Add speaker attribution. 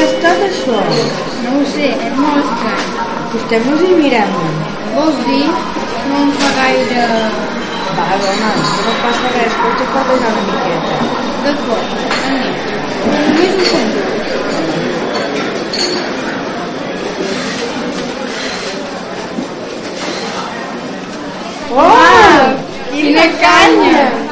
Speaker 1: això?
Speaker 2: No ho sé, és molt estrany.
Speaker 1: Acostem-nos i mirem-ho.
Speaker 2: Vols dir? No em fa gaire...
Speaker 1: Va, dona, no passa res, pot ho parlar una miqueta.
Speaker 2: D'acord, anem. Només un segon.
Speaker 1: Oh! Quina canya!